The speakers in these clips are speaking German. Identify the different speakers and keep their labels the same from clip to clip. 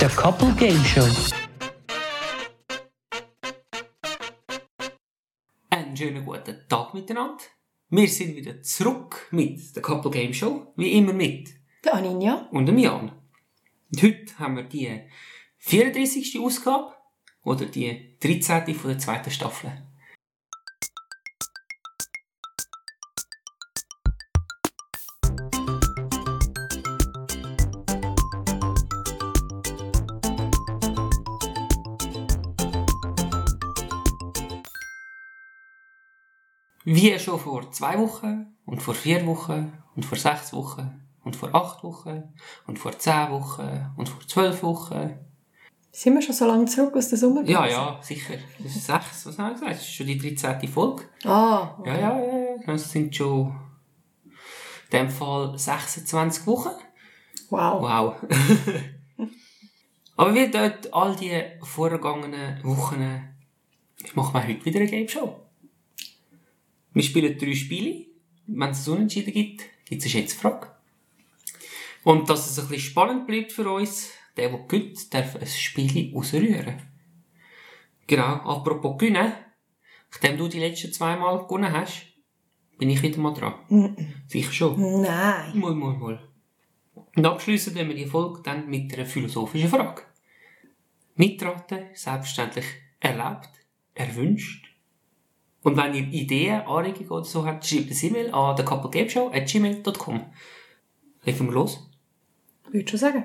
Speaker 1: der Couple Game Show.
Speaker 2: Einen schönen guten Tag miteinander. Wir sind wieder zurück mit der Couple Game Show. Wie immer mit.
Speaker 3: Der Aninja.
Speaker 2: Und dem Jan. Und heute haben wir die 34. Ausgabe oder die 13. von der zweiten Staffel. Wie schon vor zwei Wochen und vor vier Wochen und vor sechs Wochen und vor acht Wochen und vor zehn Wochen und vor zwölf Wochen.
Speaker 3: Sind wir schon so lange zurück aus der Sommerpause?
Speaker 2: Ja, ja, sicher. Das ist sechs, was haben wir gesagt? Das ist schon die 13. Folge.
Speaker 3: Ah,
Speaker 2: Ja, ja, ja, ja. Das sind schon in dem Fall 26 Wochen.
Speaker 3: wow.
Speaker 2: Wow. Aber wir dort all die vorgegangenen Wochen machen wir heute wieder eine Game Show. Wir spielen drei Spiele. Wenn es ein Unentschieden gibt, gibt es eine Schätzfrage. Und dass es ein bisschen spannend bleibt für uns, der, der gewinnt, darf ein Spiel ausrühren. Genau, apropos gewinnen. Nachdem du die letzten zweimal gewonnen hast, bin ich wieder mal dran. Sicher schon.
Speaker 3: Nein.
Speaker 2: Mal, mal, mal. Und abschließend wir die Folge dann mit einer philosophischen Frage. Mitraten, selbstverständlich erlaubt, erwünscht. Und wenn ihr Ideen, Anregungen oder so habt, schreibt eine E-Mail an thecouplegameshow.gmail.com. Legen wir los.
Speaker 3: Würde schon sagen.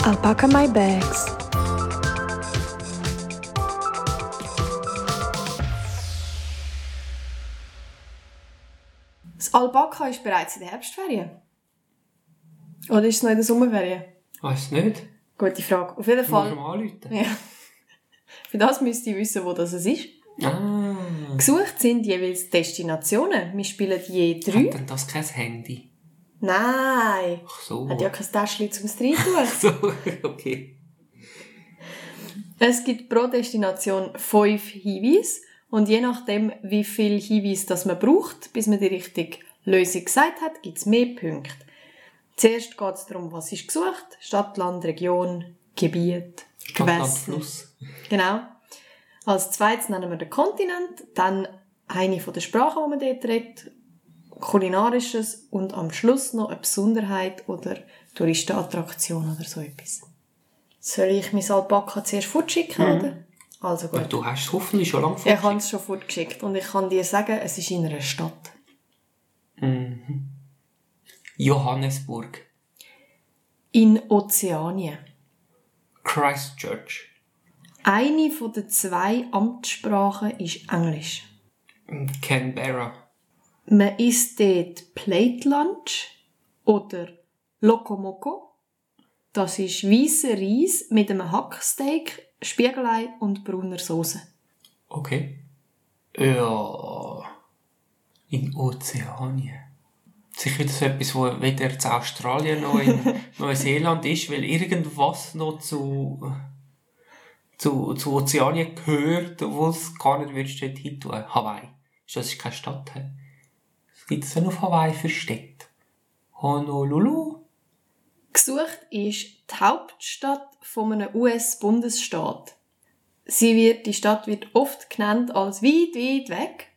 Speaker 4: I'll pack up my bags.
Speaker 3: Das Alpaka ist bereits in der Herbstferien. Oder ist es noch in der Sommerferien?
Speaker 2: Weiß nicht.
Speaker 3: Gute Frage. Auf jeden
Speaker 2: Muss
Speaker 3: Fall.
Speaker 2: mal anrufen.
Speaker 3: Ja. Für das müsst ihr wissen, wo das es ist.
Speaker 2: Ah.
Speaker 3: Gesucht sind jeweils Destinationen. Wir spielen je
Speaker 2: Hat
Speaker 3: drei.
Speaker 2: denn das kein Handy?
Speaker 3: Nein.
Speaker 2: Ach so.
Speaker 3: Hat ja kein Täschchen zum Reintun.
Speaker 2: so, okay.
Speaker 3: Es gibt pro Destination fünf Hinweise und je nachdem, wie viel Hinweise das man braucht, bis man die richtige Lösung gesagt hat, gibt es mehr Punkte. Zuerst geht es darum, was ist gesucht. Stadt, Land, Region, Gebiet,
Speaker 2: Stadt am
Speaker 3: Gewässer.
Speaker 2: Fluss.
Speaker 3: Genau. Als zweites nennen wir den Kontinent, dann eine von der Sprachen, die man dort redet, kulinarisches und am Schluss noch eine Besonderheit oder Touristenattraktion oder so etwas. Soll ich mein Alpaka zuerst fortschicken, oder? Also gut.
Speaker 2: Du hast es hoffentlich schon lange
Speaker 3: Ich habe es schon fortgeschickt und ich kann dir sagen, es ist in einer Stadt.
Speaker 2: Johannesburg.
Speaker 3: In Ozeanien.
Speaker 2: Christchurch.
Speaker 3: Eine von den zwei Amtssprachen ist Englisch.
Speaker 2: Canberra.
Speaker 3: Man isst dort Plate Lunch oder Lokomoko. Das ist weißer Reis mit einem Hacksteak, Spiegelei und brauner Soße.
Speaker 2: Okay. Ja. In Ozeanien. Sicher das etwas, wo weder zu Australien noch in Neuseeland ist, weil irgendwas noch zu, zu, zu Ozeanien gehört, wo es gar nicht würdest dort hin tun. Hawaii. Das ist keine Stadt. hä? Es gibt es dann auf Hawaii für Städte. Honolulu?
Speaker 3: Gesucht ist die Hauptstadt von einem US-Bundesstaat. Sie wird, die Stadt wird oft genannt als weit, weit weg.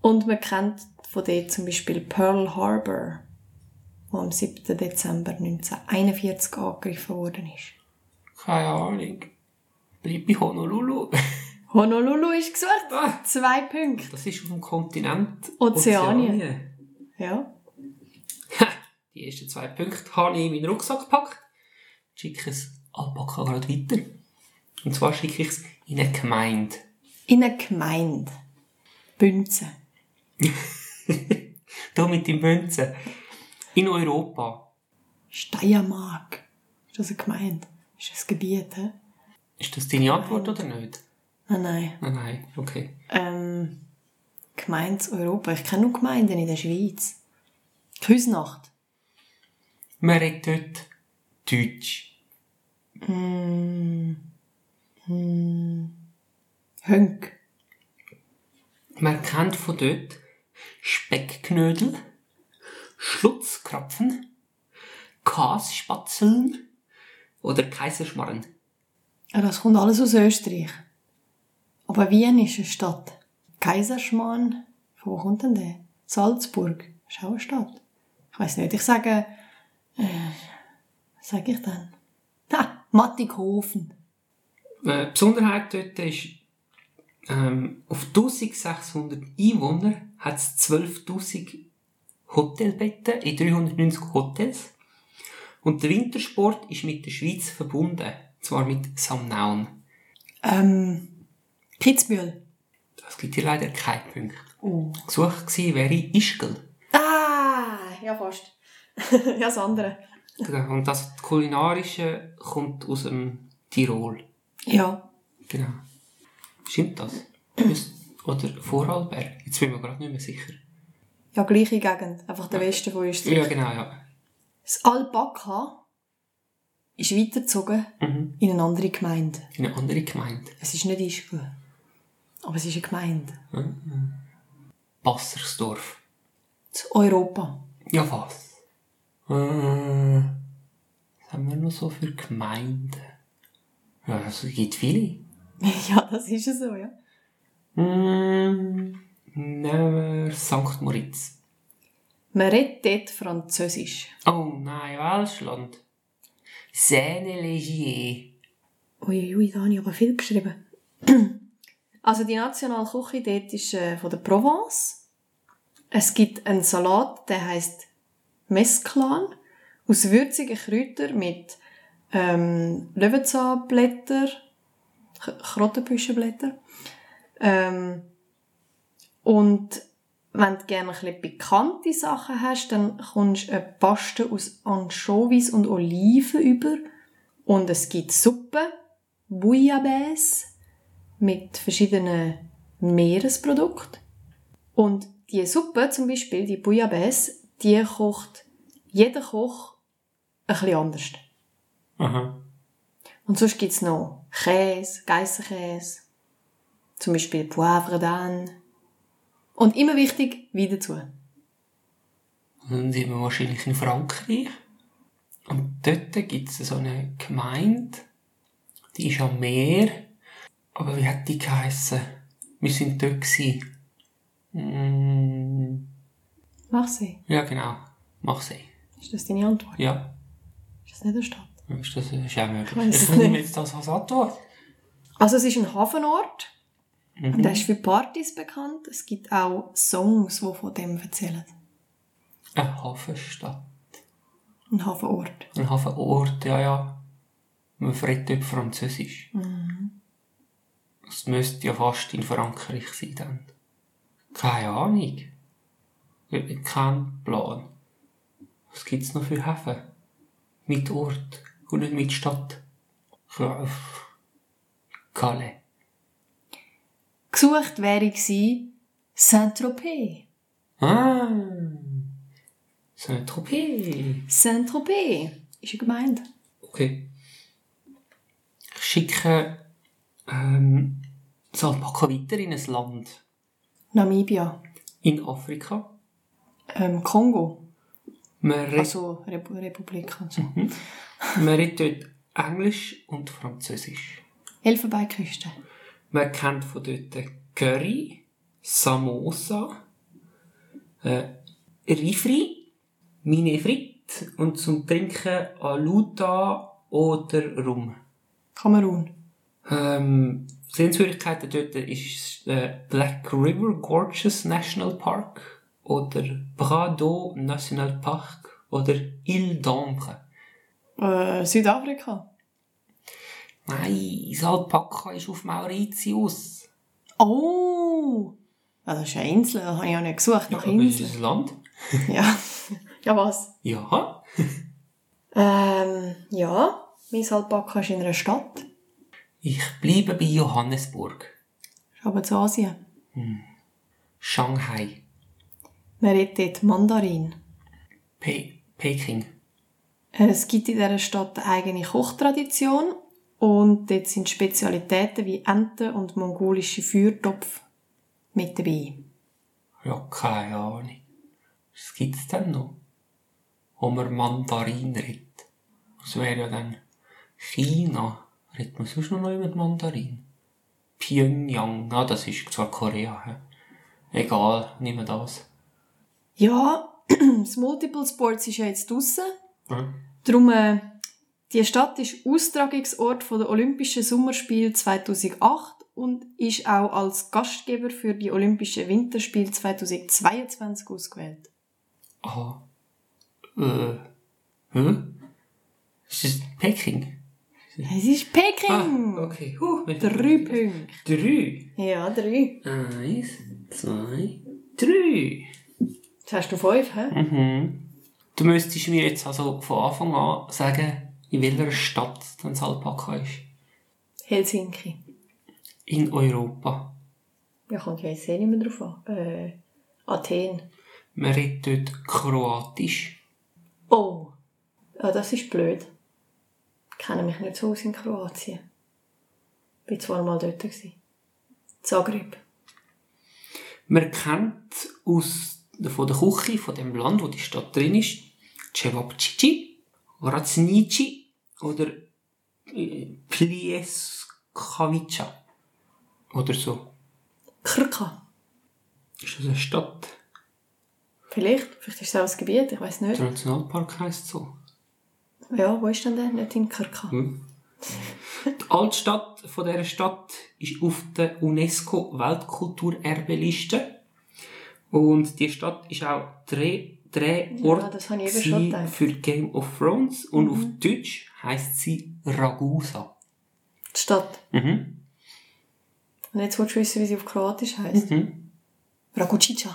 Speaker 3: Und man kennt von dort zum Beispiel Pearl Harbor, wo am 7. Dezember 1941 angegriffen worden ist.
Speaker 2: Keine Ahnung. Bleib bei Honolulu.
Speaker 3: Honolulu ist gesucht.
Speaker 2: Ah.
Speaker 3: Zwei Punkte.
Speaker 2: Das ist auf dem Kontinent
Speaker 3: Ozeanien. Ja.
Speaker 2: Die ersten zwei Punkte habe ich in meinen Rucksack gepackt. Schicke es Alpaka gerade weiter. Und zwar schicke ich es in eine Gemeinde.
Speaker 3: In einer Gemeinde. Bünzen.
Speaker 2: Da mit den Münzen. In Europa.
Speaker 3: Steiermark. Ist das eine Gemeinde? Ist das ein Gebiet, hä?
Speaker 2: Ist das deine Antwort oder nicht?
Speaker 3: Nein, nein.
Speaker 2: Nein, nein, okay.
Speaker 3: Ähm, Gemeinde Europa. Ich kenne nur Gemeinden in der Schweiz. Küsnacht.
Speaker 2: Man redet dort Deutsch.
Speaker 3: Hönk.
Speaker 2: Man kennt von dort Speckknödel, Schlutzkrapfen, Kasspatzeln oder Kaiserschmarren.
Speaker 3: Ja, das kommt alles aus Österreich. Aber Wien ist eine Stadt. Kaiserschmarrn, von wo kommt denn der? Salzburg, ist auch eine Stadt. Ich weiß nicht, ich sage, äh, was sage ich dann? Ha, Mattighofen.
Speaker 2: Äh, die Besonderheit dort ist, ähm, auf 1600 Einwohner hat es 12.000 Hotelbetten in 390 Hotels. Und der Wintersport ist mit der Schweiz verbunden, und zwar mit Samnaun.
Speaker 3: Ähm, Kitzbühel.
Speaker 2: Das gibt hier leider keinen Punkt.
Speaker 3: Oh.
Speaker 2: Gesucht gewesen wäre Ischgl.
Speaker 3: Ah, ja fast. ja, das andere.
Speaker 2: Genau. Und das Kulinarische kommt aus dem Tirol.
Speaker 3: Ja.
Speaker 2: Genau. Stimmt das? Müsst- Oder Vorarlberg? Jetzt bin ich mir gerade nicht mehr sicher.
Speaker 3: Ja, gleiche Gegend. Einfach der Westen von Österreich.
Speaker 2: Ja, genau, ja.
Speaker 3: Das Alpaka ist weitergezogen
Speaker 2: Mhm.
Speaker 3: in eine andere Gemeinde.
Speaker 2: In eine andere Gemeinde.
Speaker 3: Es ist nicht Ischgl. Aber es ist eine Gemeinde.
Speaker 2: Bassersdorf.
Speaker 3: Das Europa.
Speaker 2: Ja, was? Äh, was haben wir noch so für Gemeinden? Ja, also, es gibt viele.
Speaker 3: ja, das ist es so, ja.
Speaker 2: Mm, nehmen wir St. Moritz.
Speaker 3: Man redet dort Französisch.
Speaker 2: Oh nein, Welschland. Seine-Légier.
Speaker 3: Uiuiui, da habe ich aber viel geschrieben. also die nationale Küche dort ist äh, von der Provence. Es gibt einen Salat, der heißt Mesclan, aus würzigen Kräutern mit ähm, Löwenzahnblätter, K- Krottenbüschenblätter. Ähm, und wenn du gerne ein bisschen pikante Sachen hast, dann kommst du eine Paste aus Anchovies und Oliven über. Und es gibt Suppe, Bouillabaisse mit verschiedenen Meeresprodukten. Und die Suppe zum Beispiel, die Bouillabaisse, die kocht jeder Koch ein bisschen anders.
Speaker 2: Aha.
Speaker 3: Und sonst gibt's noch Käse, Geissenkäse, zum Beispiel Poivre d'Anne. Und immer wichtig, Wein dazu.
Speaker 2: Dann sind wir wahrscheinlich in Frankreich. Und dort gibt es so eine Gemeinde, die ist am Meer. Aber wie hat die geheissen? Wir sind dort gewesen. Mm,
Speaker 3: Marseille,
Speaker 2: ja, genau. Marseille.
Speaker 3: ist das deine Antwort?
Speaker 2: Ja.
Speaker 3: Ist das nicht eine Stadt?
Speaker 2: Ist das ist auch möglich.
Speaker 3: Ich weiss
Speaker 2: Ich
Speaker 3: es
Speaker 2: nehme
Speaker 3: nicht.
Speaker 2: jetzt das als Antwort.
Speaker 3: Also es ist ein Hafenort. Und
Speaker 2: Mhm.
Speaker 3: der ist für Partys bekannt. Es gibt auch Songs, die von dem erzählen.
Speaker 2: Eine Hafenstadt.
Speaker 3: Ein Hafenort.
Speaker 2: Ein Hafenort, ja, ja. Man redet dort Französisch. Das müsste ja fast in Frankreich sein dann. Keine Ahnung. Ich keinen Plan. Was gibt's noch für Häfen? Mit Ort und nicht mit Stadt. Ja, pff. Calais.
Speaker 3: Gesucht wäre gsi Saint-Tropez.
Speaker 2: Ah. Saint-Tropez.
Speaker 3: Saint-Tropez ist eine Gemeinde.
Speaker 2: Okay. Ich schicke ähm, das Alpaka weiter in ein Land
Speaker 3: Namibia.
Speaker 2: in Afrika.
Speaker 3: Ähm, Kongo.
Speaker 2: Man redet,
Speaker 3: Also Rep Republik und so.
Speaker 2: man redet dort Englisch und Französisch.
Speaker 3: Elfenbeinküste.
Speaker 2: Man kennt von dort Curry, Samosa, äh, Rifri, Minefrit und zum Trinken Aluta oder Rum.
Speaker 3: Kamerun.
Speaker 2: Ähm, Sehenswürdigkeiten dort ist äh, Black River Gorges National Park oder Brado National Park oder Ile d'Ambre.
Speaker 3: Äh, Südafrika.
Speaker 2: Nein, das Alpaka ist auf Mauritius.
Speaker 3: Oh! Ja, das ist eine Insel. Das habe ich ja nicht gesucht. Nach
Speaker 2: aber ist
Speaker 3: Inseln.
Speaker 2: das ein Land?
Speaker 3: Ja. ja, was?
Speaker 2: Ja.
Speaker 3: Ähm, ja. Mein Alpaka ist in einer Stadt.
Speaker 2: Ich bleibe bei Johannesburg.
Speaker 3: Ist aber zu Asien.
Speaker 2: Shanghai.
Speaker 3: Man redet dort Mandarin.
Speaker 2: Pe Peking.
Speaker 3: Es gibt in dieser Stadt eine eigene Kochtradition und dort sind Spezialitäten wie Enten und mongolische Feuertopf mit dabei.
Speaker 2: Ja, keine Ahnung. Was gibt's denn noch? Wo man Mandarin redet. Das wäre ja dann China. Redet man sonst noch mit Mandarin? Pyongyang. Ah, das ist zwar Korea. hä? Egal, nehmen wir das.
Speaker 3: Ja, das Multiple Sports ist ja jetzt draussen. Darum, äh, die Stadt ist Austragungsort von der Olympischen Sommerspiele 2008 und ist auch als Gastgeber für die Olympischen Winterspiele 2022 ausgewählt.
Speaker 2: Aha. Ah, Äh. Hä? Ist das Peking?
Speaker 3: Es ist Peking!
Speaker 2: Ah, okay. Huh, mit-
Speaker 3: Drei Punkte.
Speaker 2: Drei.
Speaker 3: Ja, drei.
Speaker 2: Eins, zwei, drei.
Speaker 3: Jetzt hast du fünf, hä?
Speaker 2: Mhm. Du müsstest mir jetzt also von Anfang an sagen, in welcher Stadt dann das Alpaka ist.
Speaker 3: Helsinki.
Speaker 2: In Europa.
Speaker 3: Ja, kommt ja jetzt eh nicht mehr drauf an. Äh, Athen.
Speaker 2: Man redet dort Kroatisch.
Speaker 3: Oh. Ja, das ist blöd. Ich kenne mich nicht so aus in Kroatien. Bin zwar mal dort. Gewesen. Zagreb.
Speaker 2: Man kennt aus von der Küche, von dem Land, wo die Stadt drin ist, Cevapcici, Raznici oder äh, Plieskavica. Oder so.
Speaker 3: Krka.
Speaker 2: Ist das eine Stadt?
Speaker 3: Vielleicht. Vielleicht ist es auch ein Gebiet, ich weiß nicht.
Speaker 2: Der Nationalpark heisst so.
Speaker 3: Ja, wo ist denn der? Nicht in Krka.
Speaker 2: Hm. Die Altstadt von dieser Stadt ist auf der UNESCO-Weltkulturerbeliste. Und die Stadt ist auch Dreh-
Speaker 3: Ja,
Speaker 2: Drehort
Speaker 3: das habe ich eben
Speaker 2: gewesen
Speaker 3: schon gedacht. Mhm.
Speaker 2: für Game of Thrones. Und auf Deutsch heisst sie Ragusa.
Speaker 3: Die Stadt.
Speaker 2: Mhm.
Speaker 3: Und jetzt willst du wissen, wie sie auf Kroatisch heisst.
Speaker 2: Mhm.
Speaker 3: Rakučića.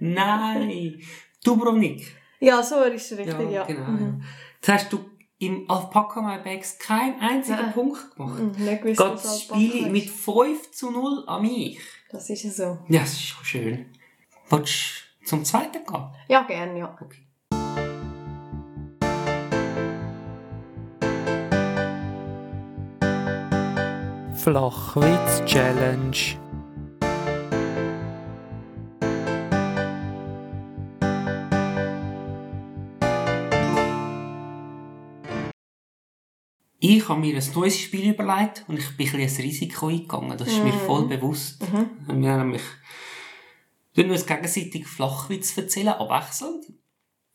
Speaker 2: Nein! Dubrovnik.
Speaker 3: Ja, so ist es richtig, ja.
Speaker 2: genau.
Speaker 3: Mhm.
Speaker 2: Das hast du im Alpaca My Bags keinen einzigen
Speaker 3: Nein.
Speaker 2: Punkt gemacht.
Speaker 3: Mhm, Nicht
Speaker 2: Geht
Speaker 3: gewusst, was
Speaker 2: das
Speaker 3: Alpaka
Speaker 2: Spiel
Speaker 3: ist.
Speaker 2: mit 5 zu 0 an mich.
Speaker 3: Das ist ja so.
Speaker 2: Ja, das ist auch schön. Willst du zum zweiten gehen?
Speaker 3: Ja, gerne, ja.
Speaker 2: Okay.
Speaker 1: Flachwitz-Challenge.
Speaker 2: Ich habe mir ein neues Spiel überlegt und ich bin ein bisschen ein Risiko eingegangen. Das ist mir voll bewusst.
Speaker 3: Mhm.
Speaker 2: Wir haben nämlich wir uns gegenseitig Flachwitz erzählen, abwechselnd.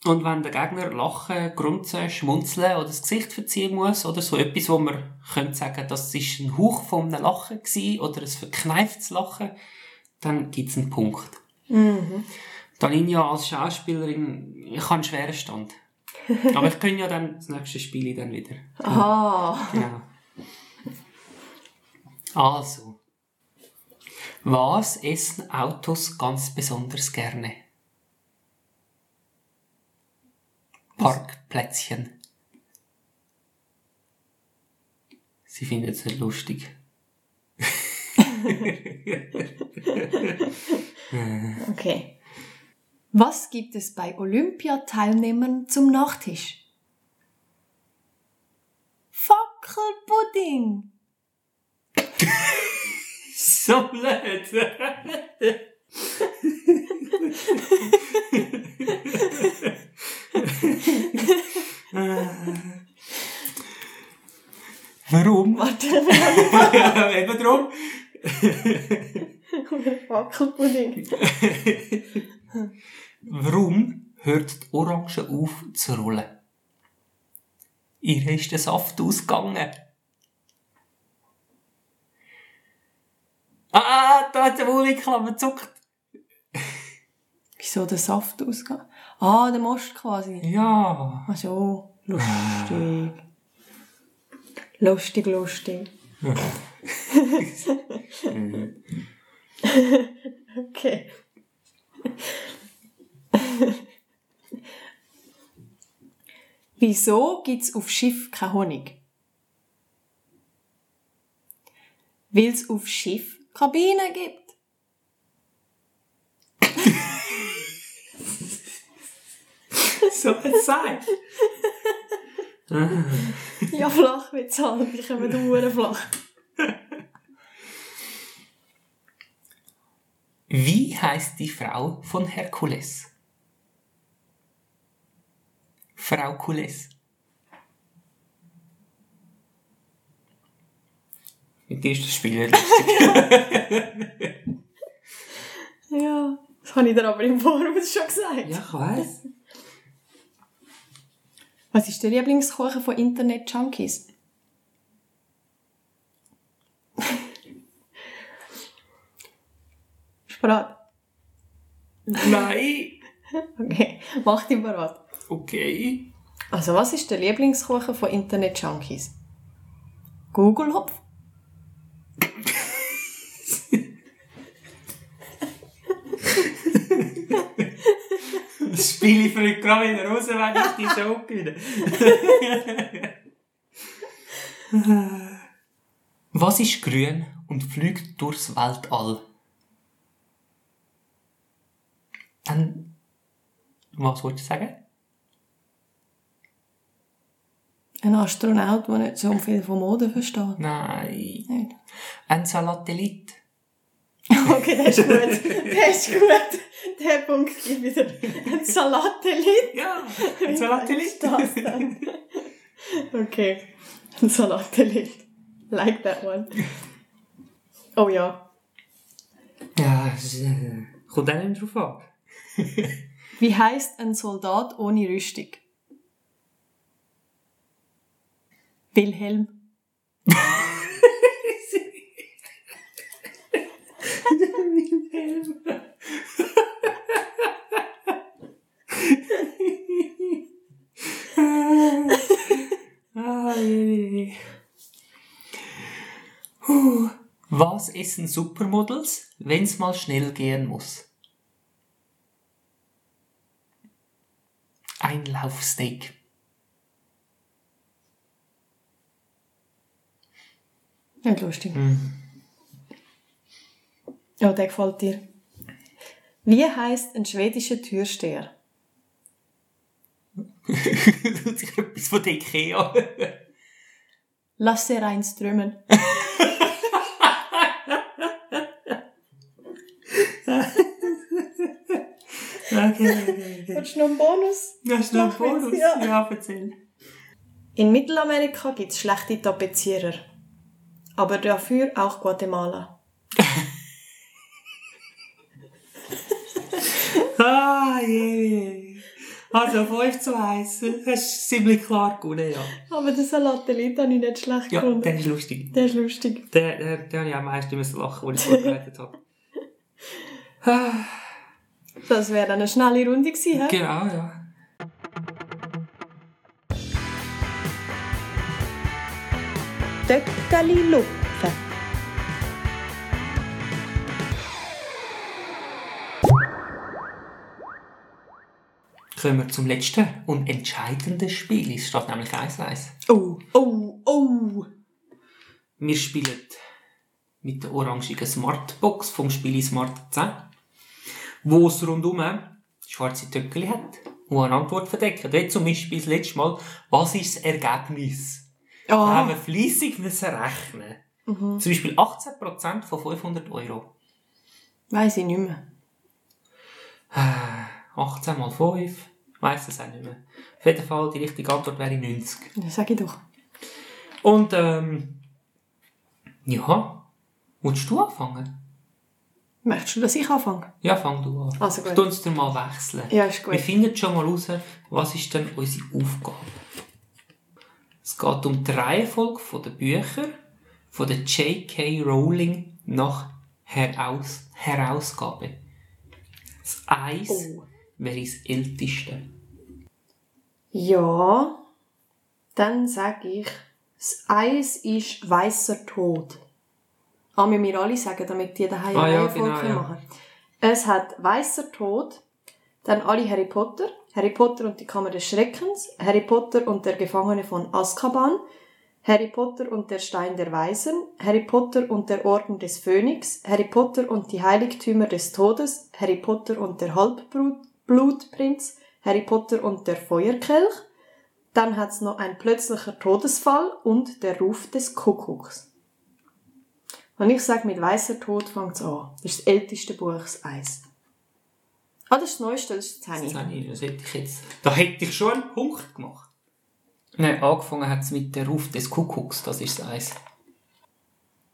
Speaker 2: Und wenn der Gegner lachen, grunzen, schmunzeln oder das Gesicht verziehen muss oder so etwas, wo man könnte sagen, das ist ein Hauch von einem Lachen gewesen oder ein verkneiftes Lachen, dann gibt es einen Punkt.
Speaker 3: Mhm.
Speaker 2: Daninja als Schauspielerin, ich habe einen schweren Stand. Aber ich kann ja dann das nächste Spiel dann wieder.
Speaker 3: Aha.
Speaker 2: Genau. Also. Was essen Autos ganz besonders gerne? Parkplätzchen. Sie finden es nicht lustig.
Speaker 3: Okay. Was gibt es bei Olympiateilnehmern zum Nachtisch? Fackelpudding.
Speaker 2: So blöd! Warum?
Speaker 3: Warte,
Speaker 2: ja, eben drum.
Speaker 3: Fackelpudding.
Speaker 2: Warum hört die Orange auf zu rollen? Ihr ist der Saft ausgegangen. Ah, da hat der Wohlwickklammer zuckt.
Speaker 3: Wieso der Saft ausgeht? Ah, der Most quasi.
Speaker 2: Ja.
Speaker 3: Ach so, lustig. Lustig, lustig. okay. Wieso gibt's auf Schiff keine Honig? Weil's auf Schiff Kabinen gibt.
Speaker 2: So es sein.
Speaker 3: Ja, flach wird's halt. Ich komme da flach.
Speaker 2: Wie heißt die Frau von Herkules? Frau Kules. Mit dir ist das Spiel nicht lustig.
Speaker 3: Ja, das habe ich dir aber im Voraus schon gesagt.
Speaker 2: ja, ich weiss.
Speaker 3: Was ist der Lieblingskuchen von Internet-Junkies? Bist du bereit?
Speaker 2: Nein.
Speaker 3: Okay, mach dich bereit.
Speaker 2: Okay.
Speaker 3: Also was ist der Lieblingskuchen von Internet-Junkies? Google-Hopf?
Speaker 2: Das Spiel ich heute gerade wieder raus, wenn ich die Show gewinne. Was ist grün und fliegt durchs Weltall? Dann, was wolltest du sagen?
Speaker 3: Ein Astronaut, der nicht so viel von Mode versteht.
Speaker 2: Nein.
Speaker 3: Nicht.
Speaker 2: Ein Satellit.
Speaker 3: Okay, der ist gut. Der ist gut. Der Punkt gibt wieder ein Salatelit.
Speaker 2: Ja,
Speaker 3: Wie
Speaker 2: ein Satellit.
Speaker 3: heißt das denn? Okay, ein Salatelit. Like that one. Oh ja.
Speaker 2: Ja, es ist, äh, kommt auch nicht mehr drauf an.
Speaker 3: Wie heißt ein Soldat ohne Rüstung? Wilhelm.
Speaker 2: Ah, je, je. Puh. Was essen Supermodels, wenn's mal schnell gehen muss? Ein Laufsteak.
Speaker 3: Nicht lustig. Ja, der gefällt dir. Wie heißt ein schwedischer Türsteher?
Speaker 2: das ist etwas von der Ikea.
Speaker 3: Lasse reinströmen. Willst du noch einen Bonus?
Speaker 2: Das ist
Speaker 3: noch ein Bonus.
Speaker 2: Ja, erzähl.
Speaker 3: In Mittelamerika gibt es schlechte Tapezierer. Aber dafür auch Guatemala.
Speaker 2: Ah, je, je. Also 5 zu 1. Das ist ziemlich klar gewonnen, ja.
Speaker 3: Aber den Salatelit habe ich nicht schlecht
Speaker 2: Ja,
Speaker 3: gefunden.
Speaker 2: der ist lustig.
Speaker 3: Der ist lustig.
Speaker 2: Der, der, der habe ich am meisten müssen lachen, als ich vorbereitet habe. Ah,
Speaker 3: Das wäre dann eine schnelle Runde gewesen, hä?
Speaker 2: genau, ja.
Speaker 4: Töckeli Lupfe.
Speaker 2: Kommen wir zum letzten und entscheidenden Spiel. Es steht nämlich 1-1.
Speaker 3: Oh, oh, oh.
Speaker 2: Wir spielen mit der orangigen Smartbox vom Spiel Smart 10, wo es rundum schwarze Töckchen hat, die eine Antwort verdecken. Wie zum Beispiel das letzte Mal, was ist das Ergebnis? Da haben wir
Speaker 3: Ah,
Speaker 2: fleissig müssen rechnen. Zum Beispiel 18% von 500 Euro.
Speaker 3: weiss ich nicht mehr.
Speaker 2: 18 mal 5, ich weiss das auch nicht mehr. Auf jeden Fall, die richtige Antwort wäre 90.
Speaker 3: Das sag ich doch.
Speaker 2: Und ähm, ja, willst du anfangen?
Speaker 3: Möchtest du, dass ich anfange?
Speaker 2: Ja, fang du an.
Speaker 3: Also gut.
Speaker 2: Ich tu uns dann mal wechseln.
Speaker 3: Ja, ist gut.
Speaker 2: Wir finden schon mal raus, was ist denn unsere Aufgabe? Es geht um die Reihenfolge von den Büchern von der J.K. Rowling nach Heraus Herausgabe. Das Eis
Speaker 3: Oh.
Speaker 2: wäre das älteste.
Speaker 3: Ja, dann sag ich, das Eis ist weißer Tod. Ah, müssen wir alle sagen, damit die daheim
Speaker 2: Ah, ja,
Speaker 3: eine Folge
Speaker 2: genau, ja.
Speaker 3: machen. Es hat weißer Tod, dann alle Harry Potter, Harry Potter und die Kammer des Schreckens, Harry Potter und der Gefangene von Azkaban, Harry Potter und der Stein der Weisen, Harry Potter und der Orden des Phönix, Harry Potter und die Heiligtümer des Todes, Harry Potter und der Halbblutprinz, Harry Potter und der Feuerkelch, dann hat's noch ein plötzlicher Todesfall und der Ruf des Kuckucks. Und ich sag, mit weißer Tod fängt's an. Das ist das älteste Buch, das Eis. Ah, das ist das Neueste, das ist das
Speaker 2: Das
Speaker 3: Handy.
Speaker 2: habe ich, das hätte ich jetzt. Da hätte ich schon einen Punkt gemacht. Nein, angefangen hat es mit der Ruf des Kuckucks, das ist das Eis.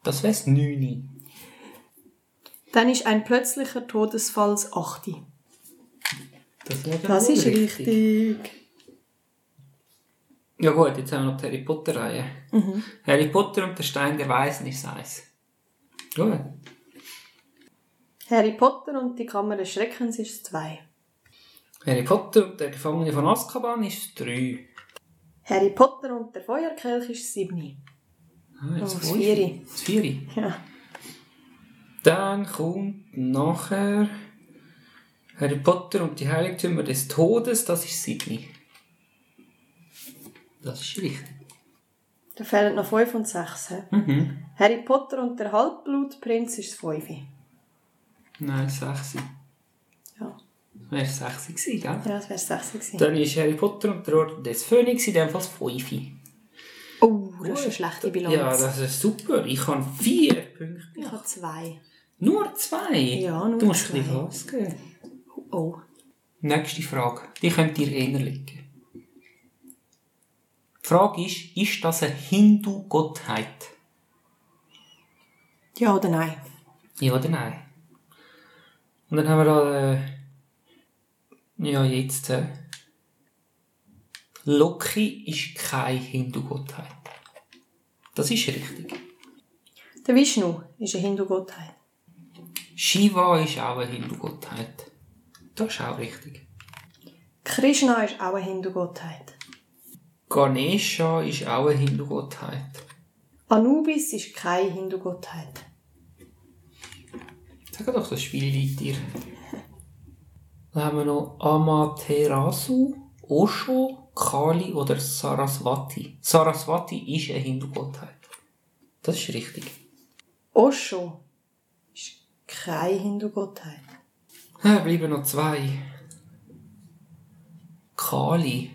Speaker 2: Das wär's neuni.
Speaker 3: Dann ist ein plötzlicher Todesfall das Achte.
Speaker 2: Das, wär dann
Speaker 3: Das
Speaker 2: wohl
Speaker 3: ist richtig.
Speaker 2: Ja gut, jetzt haben wir noch die Harry Potter-Reihe.
Speaker 3: Mhm.
Speaker 2: Harry Potter und der Stein der Weisen ist das Eis. Gut.
Speaker 3: Harry Potter und die Kammer des Schreckens ist zwei.
Speaker 2: Harry Potter und der Gefangene von Azkaban ist drei.
Speaker 3: Harry Potter und der Feuerkelch ist sieben.
Speaker 2: Ah,
Speaker 3: Oh, das
Speaker 2: fünf.
Speaker 3: Vieri.
Speaker 2: Das Vieri.
Speaker 3: Ja.
Speaker 2: Dann kommt nachher Harry Potter und die Heiligtümer des Todes, das ist Sydney. Das ist richtig.
Speaker 3: Da fehlen noch fünf und sechs. hä?
Speaker 2: Mhm.
Speaker 3: Harry Potter und der Halbblutprinz ist das Fünfe.
Speaker 2: Nein, sechs.
Speaker 3: Ja,
Speaker 2: Das wäre sechs gewesen, gell?
Speaker 3: ja das wäre sechs gewesen.
Speaker 2: Dann ist Harry Potter und der Orden des Phönix in dem Fall das Fünfe.
Speaker 3: Oh, das ist eine schlechte Bilanz.
Speaker 2: Ja, das ist super. Ich habe vier Punkte.
Speaker 3: ich habe zwei.
Speaker 2: Nur zwei?
Speaker 3: Ja, nur
Speaker 2: Du musst
Speaker 3: zwei.
Speaker 2: ein bisschen Gas geben.
Speaker 3: Oh.
Speaker 2: Nächste Frage. Die könnt ihr eher legen. Die Frage ist, ist das eine Hindu-Gottheit?
Speaker 3: Ja oder nein?
Speaker 2: Ja oder nein? Und dann haben wir da, äh, ja jetzt, äh, Loki ist keine Hindu-Gottheit. Das ist richtig.
Speaker 3: Der Vishnu ist eine Hindu-Gottheit.
Speaker 2: Shiva ist auch eine Hindu-Gottheit. Das ist auch richtig.
Speaker 3: Krishna ist auch eine Hindu-Gottheit.
Speaker 2: Ganesha ist auch eine Hindu-Gottheit.
Speaker 3: Anubis ist keine Hindu-Gottheit.
Speaker 2: Sag doch das Spiel weiter. Dann haben wir noch Amaterasu, Osho, Kali oder Saraswati. Saraswati ist eine Hindu-Gottheit. Das ist richtig.
Speaker 3: Osho ist keine Hindu-Gottheit.
Speaker 2: Ah, Bleiben noch zwei. Kali.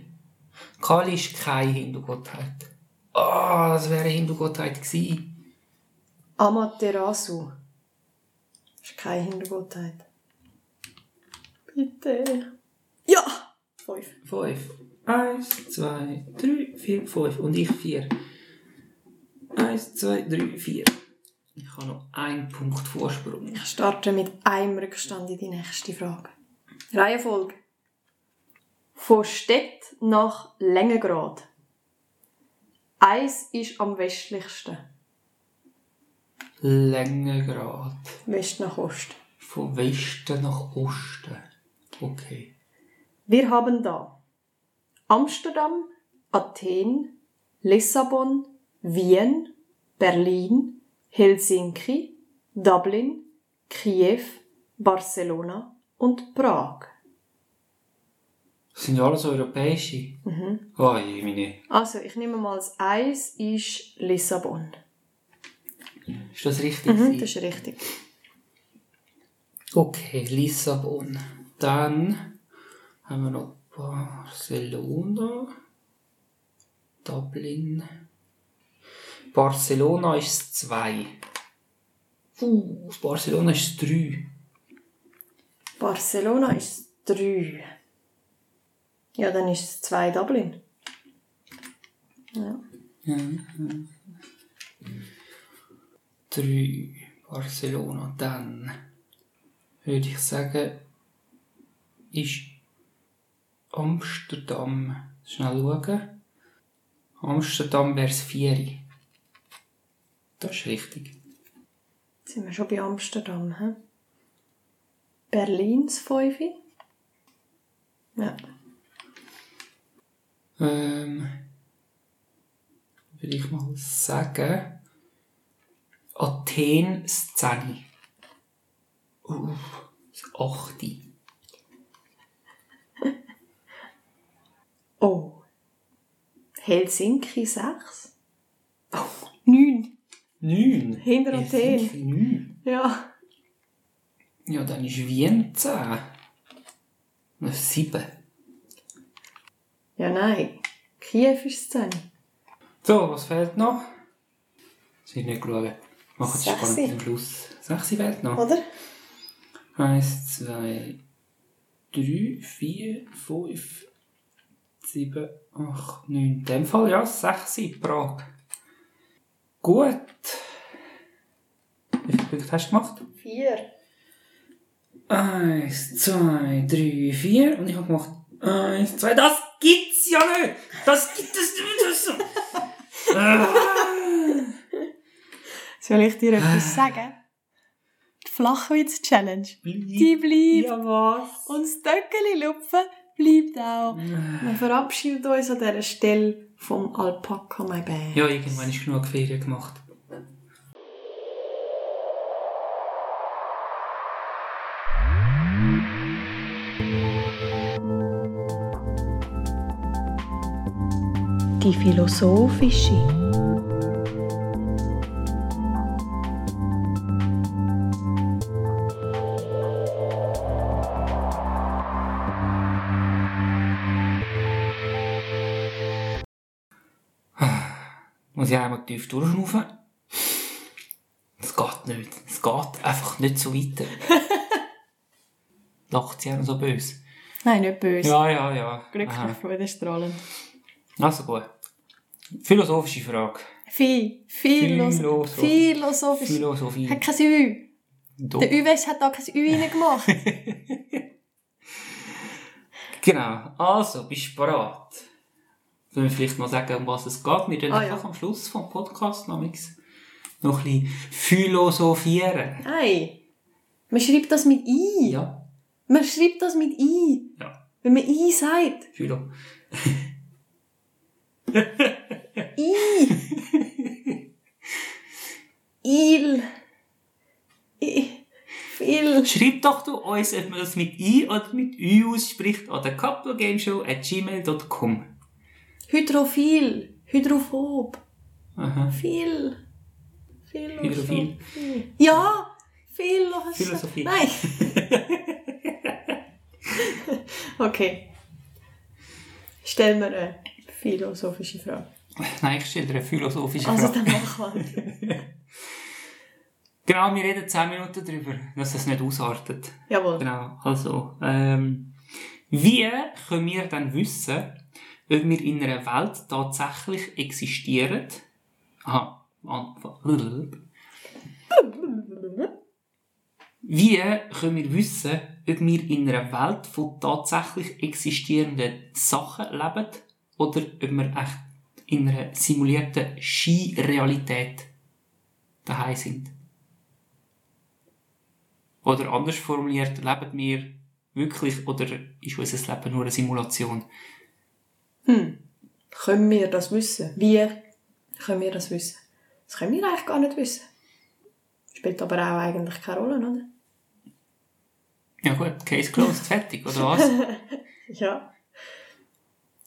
Speaker 2: Kali ist keine Hindu-Gottheit. Ah, das wäre eine Hindu-Gottheit gewesen.
Speaker 3: Amaterasu ist keine Hindu-Gottheit. Bitte. Ja! Fünf.
Speaker 2: Fünf. Eins, zwei, drei, vier, fünf. Und ich vier. Eins, zwei, drei, vier. Ich habe noch einen Punkt Vorsprung.
Speaker 3: Ich starte mit einem Rückstand in die nächste Frage. Reihenfolge. Von Städt nach Längengrad. Eins ist am westlichsten.
Speaker 2: Längengrad.
Speaker 3: West nach Ost.
Speaker 2: Von Westen nach Osten. Okay.
Speaker 3: Wir haben da Amsterdam, Athen, Lissabon, Wien, Berlin, Helsinki, Dublin, Kiew, Barcelona und Prag.
Speaker 2: Das sind ja alles europäische. Mhm. Oh je, meine.
Speaker 3: Also, ich nehme mal das Eis ist Lissabon.
Speaker 2: Ist das richtig?
Speaker 3: Mhm,
Speaker 2: gewesen?
Speaker 3: das ist richtig.
Speaker 2: Okay, Lissabon. Dann haben wir noch Barcelona, Dublin. Barcelona ist 2. Uh, Barcelona ist 3.
Speaker 3: Barcelona ist 3. Ja, dann ist es 2 Dublin. Ja.
Speaker 2: 3 Barcelona. Dann würde ich sagen, ist Amsterdam. Schnell schauen. Amsterdam wäre es 4. Das ist richtig.
Speaker 3: Jetzt sind wir schon bei Amsterdam. He? Berlins 5. Ja.
Speaker 2: Ähm, würde ich mal sagen, Athen das 10. Uff, das 8.
Speaker 3: Oh. Helsinki 6. Oh, 9.
Speaker 2: 9.
Speaker 3: Hinter Athen.
Speaker 2: 9.
Speaker 3: Ja.
Speaker 2: Ja, dann ist Wien 10. Und 7.
Speaker 3: Ja, nein. Kiew ist 10.
Speaker 2: So, was fehlt noch? Das wird nicht schauen. Machen es
Speaker 3: Sechsi.
Speaker 2: spannend am Schluss. 6 fehlt noch.
Speaker 3: Oder?
Speaker 2: Eins, zwei, 3, 4, 5, 7, 8, 9. In dem Fall ja, 6 in Prag. Gut. Wie viele Punkte hast du gemacht?
Speaker 3: Vier.
Speaker 2: Eins, zwei, drei, vier. Und ich habe gemacht. Eins, zwei. Das gibt's ja nicht! Das gibt es nicht! Das Ah.
Speaker 1: Soll ich dir etwas sagen? Die Flachwitz-Challenge. Die bleibt.
Speaker 2: Ja, was?
Speaker 1: Und das Töckeli-Lupfen bleibt
Speaker 2: Ah.
Speaker 1: auch.
Speaker 3: Wir verabschieden uns an dieser Stelle vom Alpaka My Bear.
Speaker 2: Ja, irgendwann ist genug Ferien gemacht.
Speaker 4: Die philosophische.
Speaker 2: Muss ich einmal tief durchschnaufen. Es geht nicht. Es geht einfach nicht so weiter. Lacht sie auch noch so böse.
Speaker 1: Nein, nicht böse.
Speaker 2: Ja, ja, ja.
Speaker 1: Glücklich,
Speaker 2: Aha.
Speaker 1: freudestrahlend.
Speaker 2: Also gut. Philosophische Frage.
Speaker 1: Viel, philos
Speaker 2: Philosoph-
Speaker 1: philosophisch.
Speaker 2: Philosophie.
Speaker 1: Hat kein Ü.
Speaker 2: Doch.
Speaker 1: Der Üwes hat da kein Ü reingemacht.
Speaker 2: Genau. Also, bist du bereit? Sollen wir vielleicht mal sagen, um was es geht? Wir tun
Speaker 3: Ah, ja.
Speaker 2: einfach am Schluss vom Podcast noch, nix- noch ein bisschen philosophieren.
Speaker 3: Nein. Man schreibt das mit I.
Speaker 2: Ja.
Speaker 3: Man schreibt das mit I.
Speaker 2: Ja.
Speaker 3: Wenn man I sagt.
Speaker 2: Philo.
Speaker 3: I. Il. I. Viel.
Speaker 2: Schreib doch du uns, ob man das mit I oder mit Ü ausspricht, an der couplegameshow at gmail.com.
Speaker 3: Hydrophil. Hydrophob.
Speaker 2: Aha.
Speaker 3: Viel. Viel.
Speaker 2: Hydrophil.
Speaker 3: Ja. Viel.
Speaker 2: Philosophie.
Speaker 3: Nein. okay. Stell mir eine philosophische Frage.
Speaker 2: Nein, ich stelle dir eine philosophische
Speaker 3: Also
Speaker 2: Frage.
Speaker 3: dann mach halt.
Speaker 2: Genau, wir reden 10 Minuten darüber, dass es nicht ausartet.
Speaker 3: Jawohl.
Speaker 2: Genau, also, ähm, wie können wir dann wissen, ob wir in einer Welt tatsächlich existieren? Aha, Antwort. Wie können wir wissen, ob wir in einer Welt von tatsächlich existierenden Sachen leben oder ob wir echt in einer simulierten Skirealität daheim sind? Oder anders formuliert, leben wir wirklich oder ist unser Leben nur eine Simulation?
Speaker 3: Hm. Können wir das wissen? Wie können wir das wissen? Das können wir eigentlich gar nicht wissen. Spielt aber auch eigentlich keine Rolle, oder?
Speaker 2: Ja gut, Case closed, fertig, oder was?
Speaker 3: Ja.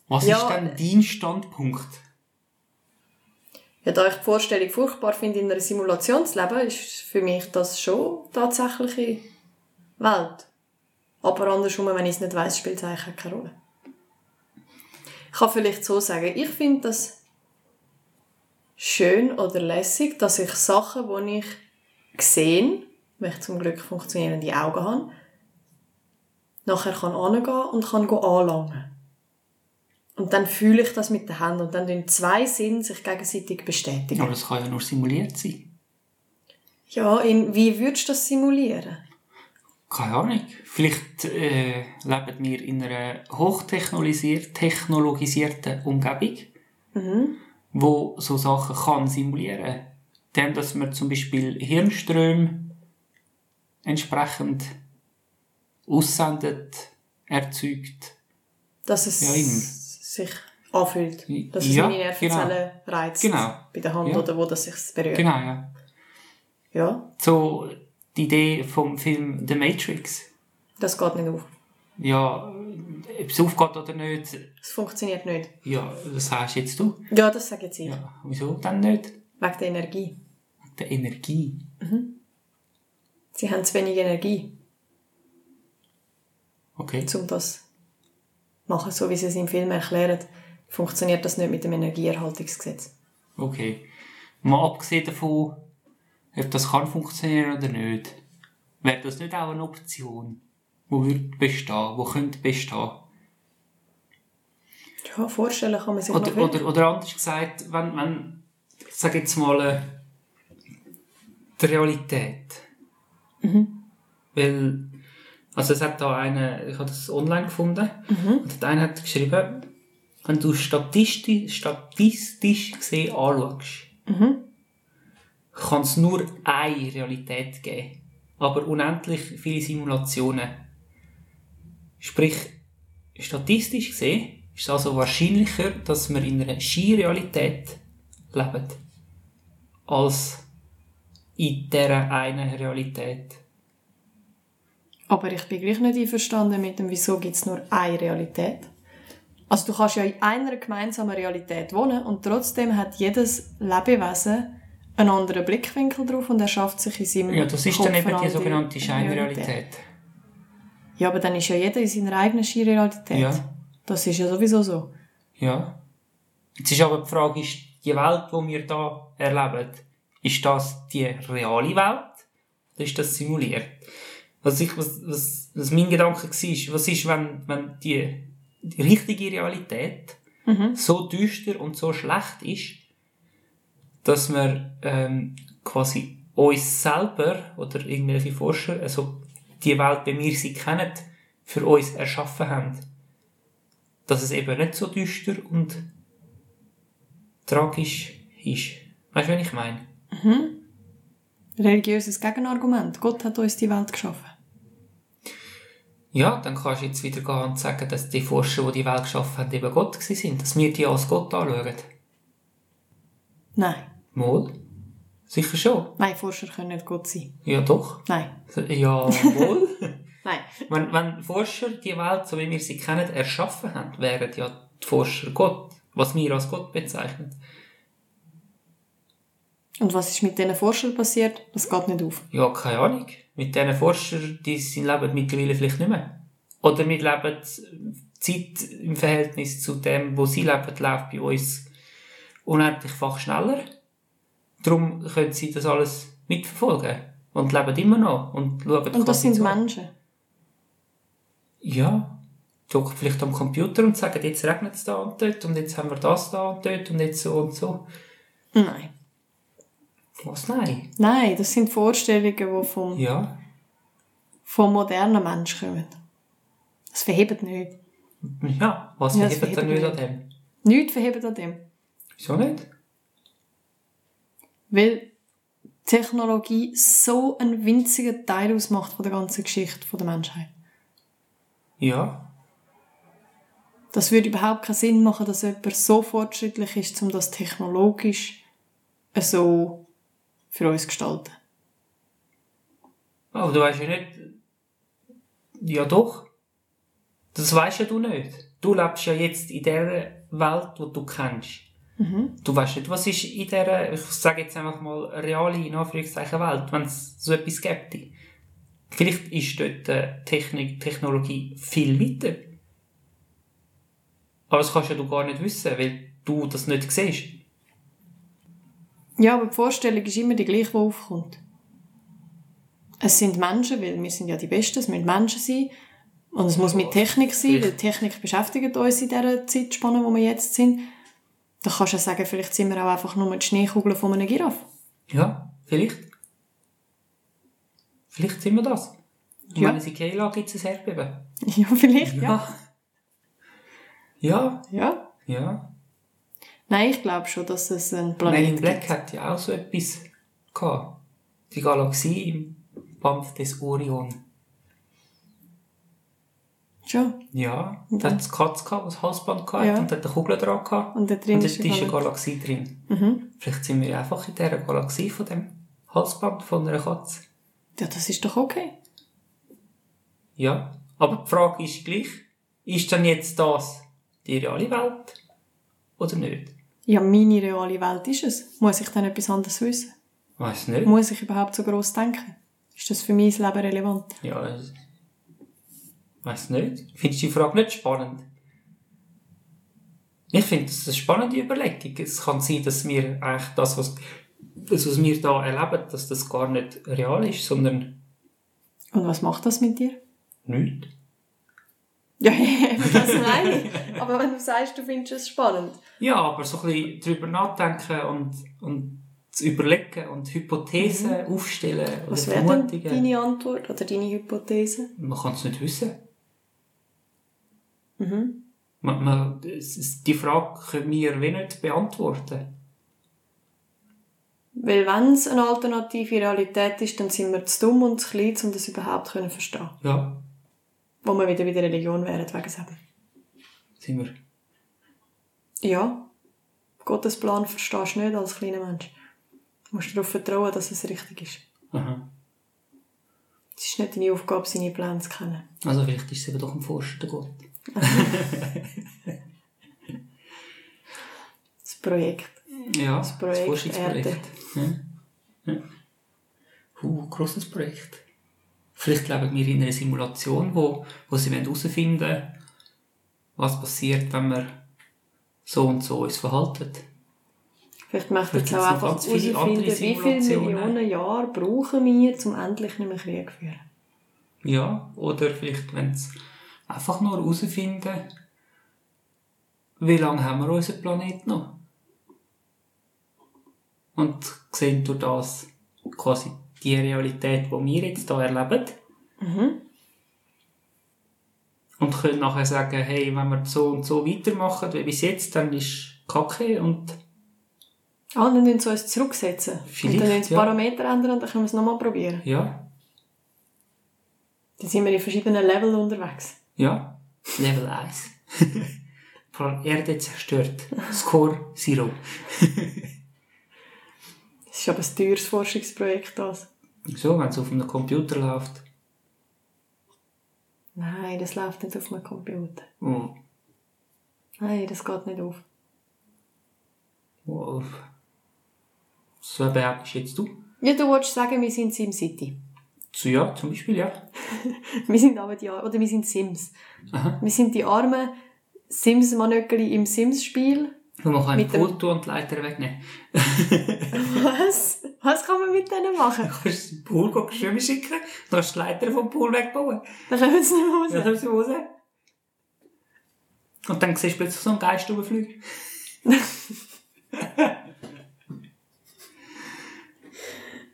Speaker 2: Was
Speaker 3: Ja.
Speaker 2: ist denn dein Standpunkt?
Speaker 3: Ja, da ich die Vorstellung furchtbar finde, in einer Simulation zu leben, ist für mich das schon tatsächliche Welt. Aber andersrum, wenn ich es nicht weiss, spielt es eigentlich keine Rolle. Ich kann vielleicht so sagen, ich finde das schön oder lässig, dass ich Sachen, die ich sehe, weil ich zum Glück funktionierende Augen habe, nachher kann angehen und kann go anlangen. Und dann fühle ich das mit der Hand und dann tun zwei Sinn sich gegenseitig bestätigen.
Speaker 2: Aber das kann ja nur simuliert sein.
Speaker 3: Ja, in, wie würdest du das simulieren?
Speaker 2: Keine Ahnung. Vielleicht äh, leben wir in einer hochtechnologisierten Umgebung, wo so Sachen kann simulieren kann. Dem, dass man zum Beispiel Hirnströme entsprechend aussendet, erzeugt.
Speaker 3: Dass es
Speaker 2: Ja, eben.
Speaker 3: sich anfühlt. Dass es
Speaker 2: Ja,
Speaker 3: meine Nervenzellen reizt.
Speaker 2: Genau.
Speaker 3: Bei der Hand
Speaker 2: Ja.
Speaker 3: oder wo das sich berührt.
Speaker 2: Genau, ja.
Speaker 3: Ja,
Speaker 2: So die Idee vom Film The Matrix.
Speaker 3: das geht nicht auf.
Speaker 2: Ja, äh, ob es aufgeht oder nicht,
Speaker 3: Das funktioniert nicht.
Speaker 2: ja, das sagst jetzt du.
Speaker 3: Ja, das sage jetzt ich.
Speaker 2: Ja, wieso dann nicht?
Speaker 3: Wegen der Energie.
Speaker 2: Der Energie.
Speaker 3: Sie haben zu wenig Energie,
Speaker 2: Okay.
Speaker 3: um das zu machen. So wie sie es im Film erklären, funktioniert das nicht mit dem Energieerhaltungsgesetz.
Speaker 2: Okay. Mal abgesehen davon, ob das kann funktionieren oder nicht, wäre das nicht auch eine Option. wo wird bestehen, wo könnte bestehen.
Speaker 3: Ja, vorstellen kann man sich
Speaker 2: Oder,
Speaker 3: noch
Speaker 2: oder, oder anders gesagt, wenn, wenn ich sage jetzt mal, äh, die Realität. Mhm. Weil, also es hat da einer, ich habe das online gefunden, und der eine hat geschrieben, wenn du statistisch, statistisch gesehen anschaust, kann es nur eine Realität geben. Aber unendlich viele Simulationen. Sprich, statistisch gesehen ist es also wahrscheinlicher, dass wir in einer Skirealität leben, als in dieser einen Realität.
Speaker 3: Aber ich bin gleich nicht einverstanden mit dem, wieso gibt es nur eine Realität. Also du kannst ja in einer gemeinsamen Realität wohnen und trotzdem hat jedes Lebewesen einen anderen Blickwinkel drauf und er schafft sich in seinem
Speaker 2: Ja, das ist
Speaker 3: Kopf
Speaker 2: dann eben
Speaker 3: eine
Speaker 2: die
Speaker 3: andere
Speaker 2: sogenannte Scheinrealität.
Speaker 3: Ja, aber dann ist ja jeder in seiner eigenen Skirealität.
Speaker 2: Ja.
Speaker 3: Das ist ja sowieso so.
Speaker 2: Ja. Jetzt ist aber die Frage, ist die Welt, die wir da erleben, ist das die reale Welt? Oder ist das simuliert? Was, ich, was, was, was mein Gedanke war, was ist, wenn, wenn die, die richtige Realität so düster und so schlecht ist, dass wir ähm, quasi uns selber oder irgendwelche Forscher, also die Welt, wie wir sie kennen, für uns erschaffen haben dass es eben nicht so düster und tragisch ist. Weißt du, was ich meine?
Speaker 3: Religiöses Gegenargument. Gott hat uns die Welt geschaffen.
Speaker 2: Ja, dann kannst du jetzt wieder gehen und sagen, dass die Forscher, die die Welt geschaffen haben, eben Gott gewesen sind. Dass wir die als Gott anschauen.
Speaker 3: Nein.
Speaker 2: Mal? Sicher schon.
Speaker 3: Nein, Forscher können nicht Gott sein.
Speaker 2: Ja, doch.
Speaker 3: Nein.
Speaker 2: Ja, wohl.
Speaker 3: Nein.
Speaker 2: wenn, wenn Forscher die Welt, so wie wir sie kennen, erschaffen haben, wären ja die Forscher Gott. Was wir als Gott bezeichnen.
Speaker 3: Und was ist mit diesen Forschern passiert? Das geht nicht auf.
Speaker 2: Ja, keine Ahnung. Mit diesen Forschern, die sind leben mittlerweile vielleicht nicht mehr. Oder wir leben die Zeit im Verhältnis zu dem, wo sie leben, läuft bei uns unendlich fach schneller. Darum können sie das alles mitverfolgen. Und leben immer noch. Und schauen
Speaker 3: Und das
Speaker 2: quasi
Speaker 3: sind
Speaker 2: zu.
Speaker 3: Menschen.
Speaker 2: Ja. Doch vielleicht am Computer und sagen, jetzt regnet es da und dort und jetzt haben wir das da und dort und jetzt so und so.
Speaker 3: Nein.
Speaker 2: Was? Nein.
Speaker 3: Nein, das sind Vorstellungen, die vom,
Speaker 2: Ja.
Speaker 3: vom modernen Mensch kommen. Das verhebt nicht.
Speaker 2: Ja. Was
Speaker 3: Ja,
Speaker 2: ja,
Speaker 3: das
Speaker 2: hilft denn
Speaker 3: verhebt
Speaker 2: nicht an dem?
Speaker 3: Nichts verhebt an dem.
Speaker 2: Wieso nicht?
Speaker 3: Weil Technologie so einen winzigen Teil ausmacht von der ganzen Geschichte von der Menschheit.
Speaker 2: Ja.
Speaker 3: Das würde überhaupt keinen Sinn machen, dass jemand so fortschrittlich ist, um das technologisch so für uns zu gestalten.
Speaker 2: Aber du weißt ja nicht. Ja doch. Das weißt ja du nicht. Du lebst ja jetzt in der Welt, die du kennst. Du weißt nicht, was ist in dieser, ich sage jetzt einfach mal, reale, in Anführungszeichen, Welt, wenn es so etwas gäbe. Vielleicht ist dort äh, Technik, Technologie viel weiter. Aber das kannst ja du gar nicht wissen, weil du das nicht siehst.
Speaker 3: Ja, aber die Vorstellung ist immer die gleiche, die aufkommt. Es sind Menschen, weil wir sind ja die Besten, es müssen Menschen sein. Und es muss mit Technik sein, weil Technik beschäftigt uns in dieser Zeitspanne, wo wir jetzt sind. Da kannst du ja sagen, vielleicht sind wir auch einfach nur die Schneekugeln von einer Giraffe.
Speaker 2: Ja, vielleicht. Vielleicht sind wir das. Ich
Speaker 3: Ja.
Speaker 2: meine, in Keila gibt es ein Erdbeben.
Speaker 3: Ja, vielleicht, ja.
Speaker 2: Ja,
Speaker 3: Ja.
Speaker 2: ja.
Speaker 3: Nein, ich glaube schon, dass es einen
Speaker 2: Men in
Speaker 3: Planeten
Speaker 2: Black
Speaker 3: gibt.
Speaker 2: hat ja auch so etwas gehabt. Die Galaxie im Kampf des Orion.
Speaker 3: Schon.
Speaker 2: Ja, da hat es Katz gehabt, was Halsband gehabt
Speaker 3: Mhm. Ja.
Speaker 2: hat und da hat eine Kugel dran gehabt.
Speaker 3: Und da drin
Speaker 2: und
Speaker 3: ist Mhm.
Speaker 2: dort
Speaker 3: eine
Speaker 2: ist eine Galaxie drin. Vielleicht sind wir einfach in dieser Galaxie von dem Halsband von einer Katze.
Speaker 3: Ja, das ist doch okay.
Speaker 2: Ja, aber die Frage ist gleich, ist denn jetzt das die reale Welt oder nicht?
Speaker 3: Ja, meine reale Welt ist es. Muss ich dann etwas anderes wissen?
Speaker 2: Weiß nicht.
Speaker 3: Muss ich überhaupt so gross denken? Ist das für mein Leben relevant?
Speaker 2: Ja, es- weiss nicht. Findest du die Frage nicht spannend? Ich finde, das ist eine spannende Überlegung. Es kann sein, dass wir eigentlich das, was, das, was wir da erleben, dass das gar nicht real ist, sondern
Speaker 3: Und was macht das mit dir?
Speaker 2: Nicht?
Speaker 3: Ja, das meine ich. Aber wenn du sagst, du findest es spannend.
Speaker 2: Ja, aber so ein bisschen drüber nachdenken und, und zu überlegen und Hypothesen aufstellen oder
Speaker 3: Mhm. Was wäre denn
Speaker 2: vermutigen.
Speaker 3: deine Antwort oder deine Hypothese?
Speaker 2: Man kann es nicht wissen. Man, man, es- es- die Frage können wir wie nicht beantworten.
Speaker 3: Weil wenn es eine alternative Realität ist, dann sind wir zu dumm und zu klein, um das überhaupt können verstehen.
Speaker 2: Ja,
Speaker 3: Wo wir wieder bei der Religion wären, wegen eben.
Speaker 2: sind wir.
Speaker 3: Ja, Gottes Plan verstehst du nicht als kleiner Mensch. Du musst darauf vertrauen, dass es richtig ist.
Speaker 2: Aha.
Speaker 3: Es ist nicht deine Aufgabe, seine Pläne zu kennen.
Speaker 2: Also vielleicht ist es eben doch ein Forscher der Gott.
Speaker 3: Das Projekt.
Speaker 2: Ja, das
Speaker 3: Projekt Erde.
Speaker 2: Ja. Ja. Uh, grosses Projekt. Vielleicht leben wir in einer Simulation, wo, wo sie herausfinden wollen, was passiert, wenn wir so und so uns verhalten.
Speaker 3: Vielleicht möchten
Speaker 2: Vielleicht
Speaker 3: sie
Speaker 2: gibt's
Speaker 3: auch
Speaker 2: noch
Speaker 3: einfach
Speaker 2: ganz viele andere
Speaker 3: herausfinden, wie viele
Speaker 2: Simulationen. ne?
Speaker 3: Millionen Jahre brauchen wir, um endlich nicht mehr Krieg zu führen.
Speaker 2: Ja, oder vielleicht wenn sie einfach nur herausfinden, wie lange haben wir unseren Planeten noch? Und sehen durch das quasi die Realität, die wir jetzt hier erleben.
Speaker 3: Mhm.
Speaker 2: Und können nachher sagen, hey, wenn wir so und so weitermachen, wie bis jetzt, dann ist Kacke und
Speaker 3: Ah, dann müssen sie uns zurücksetzen. und
Speaker 2: Vielleicht,
Speaker 3: dann müssen sie
Speaker 2: ja.
Speaker 3: Parameter ändern und dann können wir es nochmal probieren.
Speaker 2: ja,
Speaker 3: Dann sind wir in verschiedenen Leveln unterwegs.
Speaker 2: ja, Level 1. Plan Erde zerstört. Score 0.
Speaker 3: Es ist aber ein teures Forschungsprojekt, das.
Speaker 2: So, wenn es auf einem Computer läuft.
Speaker 3: Nein, das läuft nicht auf einem Computer.
Speaker 2: Oh,
Speaker 3: Nein, das geht nicht auf.
Speaker 2: oh. So behauptest jetzt du?
Speaker 3: Ja, du wolltest sagen, wir sind SimCity.
Speaker 2: So, ja, zum Beispiel, ja.
Speaker 3: Wir sind aber die Ar oder wir sind Sims.
Speaker 2: Aha.
Speaker 3: Wir sind die armen Sims-Manöckeli im Sims-Spiel.
Speaker 2: Und man kann
Speaker 3: Mit dem-
Speaker 2: Foto und die Leiter wegnehmen.
Speaker 3: Was? Was kann man mit denen machen?
Speaker 2: Du kannst den Pool gehen, schwimmen schicken, dann kannst du die Leiter vom Pool wegbauen.
Speaker 3: Dann kommen sie nicht raus.
Speaker 2: Dann kommst du raus. Und dann siehst du plötzlich so einen Geist rumfliegen.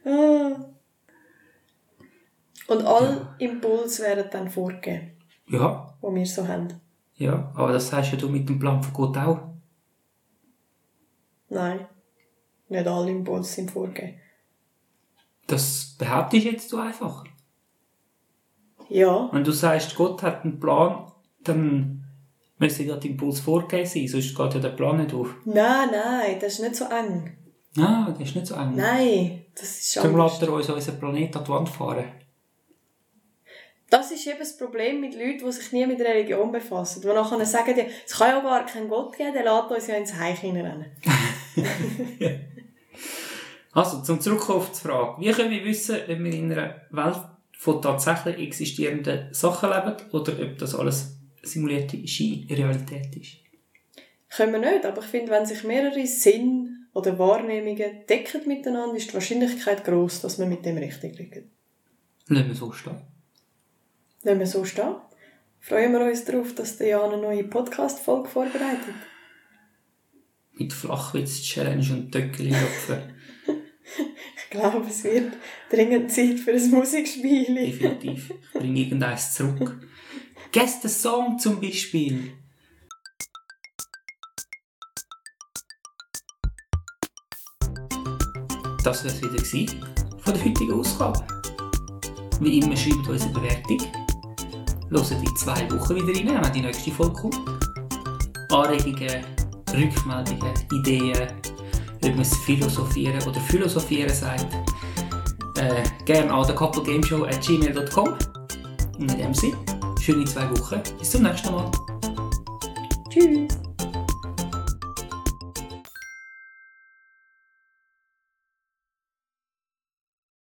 Speaker 3: Ah. Und alle Impulse werden dann vorgegeben,
Speaker 2: Ja,
Speaker 3: die wir so haben.
Speaker 2: ja. Aber das sagst ja du mit dem Plan von Gott auch.
Speaker 3: Nein, nicht alle Impulse sind vorgegeben.
Speaker 2: Das behauptest jetzt du einfach.
Speaker 3: Ja,
Speaker 2: Wenn du sagst, Gott hat einen Plan, dann müsste ja der Impuls vorgegeben sein, sonst geht ja der Plan nicht auf.
Speaker 3: nein, nein, das ist nicht so eng.
Speaker 2: Ah, das ist nicht so eng.
Speaker 3: Nein, das ist
Speaker 2: Darum
Speaker 3: anders.
Speaker 2: lässt er uns unseren Planeten an die Wand fahren.
Speaker 3: Das ist eben das Problem mit Leuten, die sich nie mit Religion befassen. Die nachher sagen, die, es kann ja gar keinen Gott geben, der lässt uns ja ins Heich hineinrennen.
Speaker 2: Also, zum Zurückkommen auf die Frage. Wie können wir wissen, ob wir in einer Welt von tatsächlich existierenden Sachen leben oder ob das alles simulierte Scheinrealität ist?
Speaker 3: Können wir nicht, aber ich finde, wenn sich mehrere Sinn oder Wahrnehmungen decken miteinander, ist die Wahrscheinlichkeit groß, dass man mit dem richtig liegt.
Speaker 2: Lassen wir so stehen.
Speaker 3: Wenn wir so stehen, freuen wir uns darauf, dass der Jan eine neue Podcast-Folge vorbereitet.
Speaker 2: Mit Flachwitz-Challenge und Töckeli-Jopfen.
Speaker 3: Ich glaube, es wird dringend Zeit für ein Musikspiel.
Speaker 2: Definitiv. Bring irgendeins zurück. Guess the Song zum Beispiel. Das war es wieder gewesen von der heutigen Ausgabe. Wie immer schreibt uns eine Bewertung. Hört in zwei Wochen wieder rein, wenn die nächste Folge kommt. Anregungen, Rückmeldungen, Ideen, ob man es philosophieren oder philosophieren sagt, äh, gerne an der couplegameshow.gmail.com. Und in dem Sinne, schöne zwei Wochen. Bis zum nächsten Mal.
Speaker 3: Tschüss!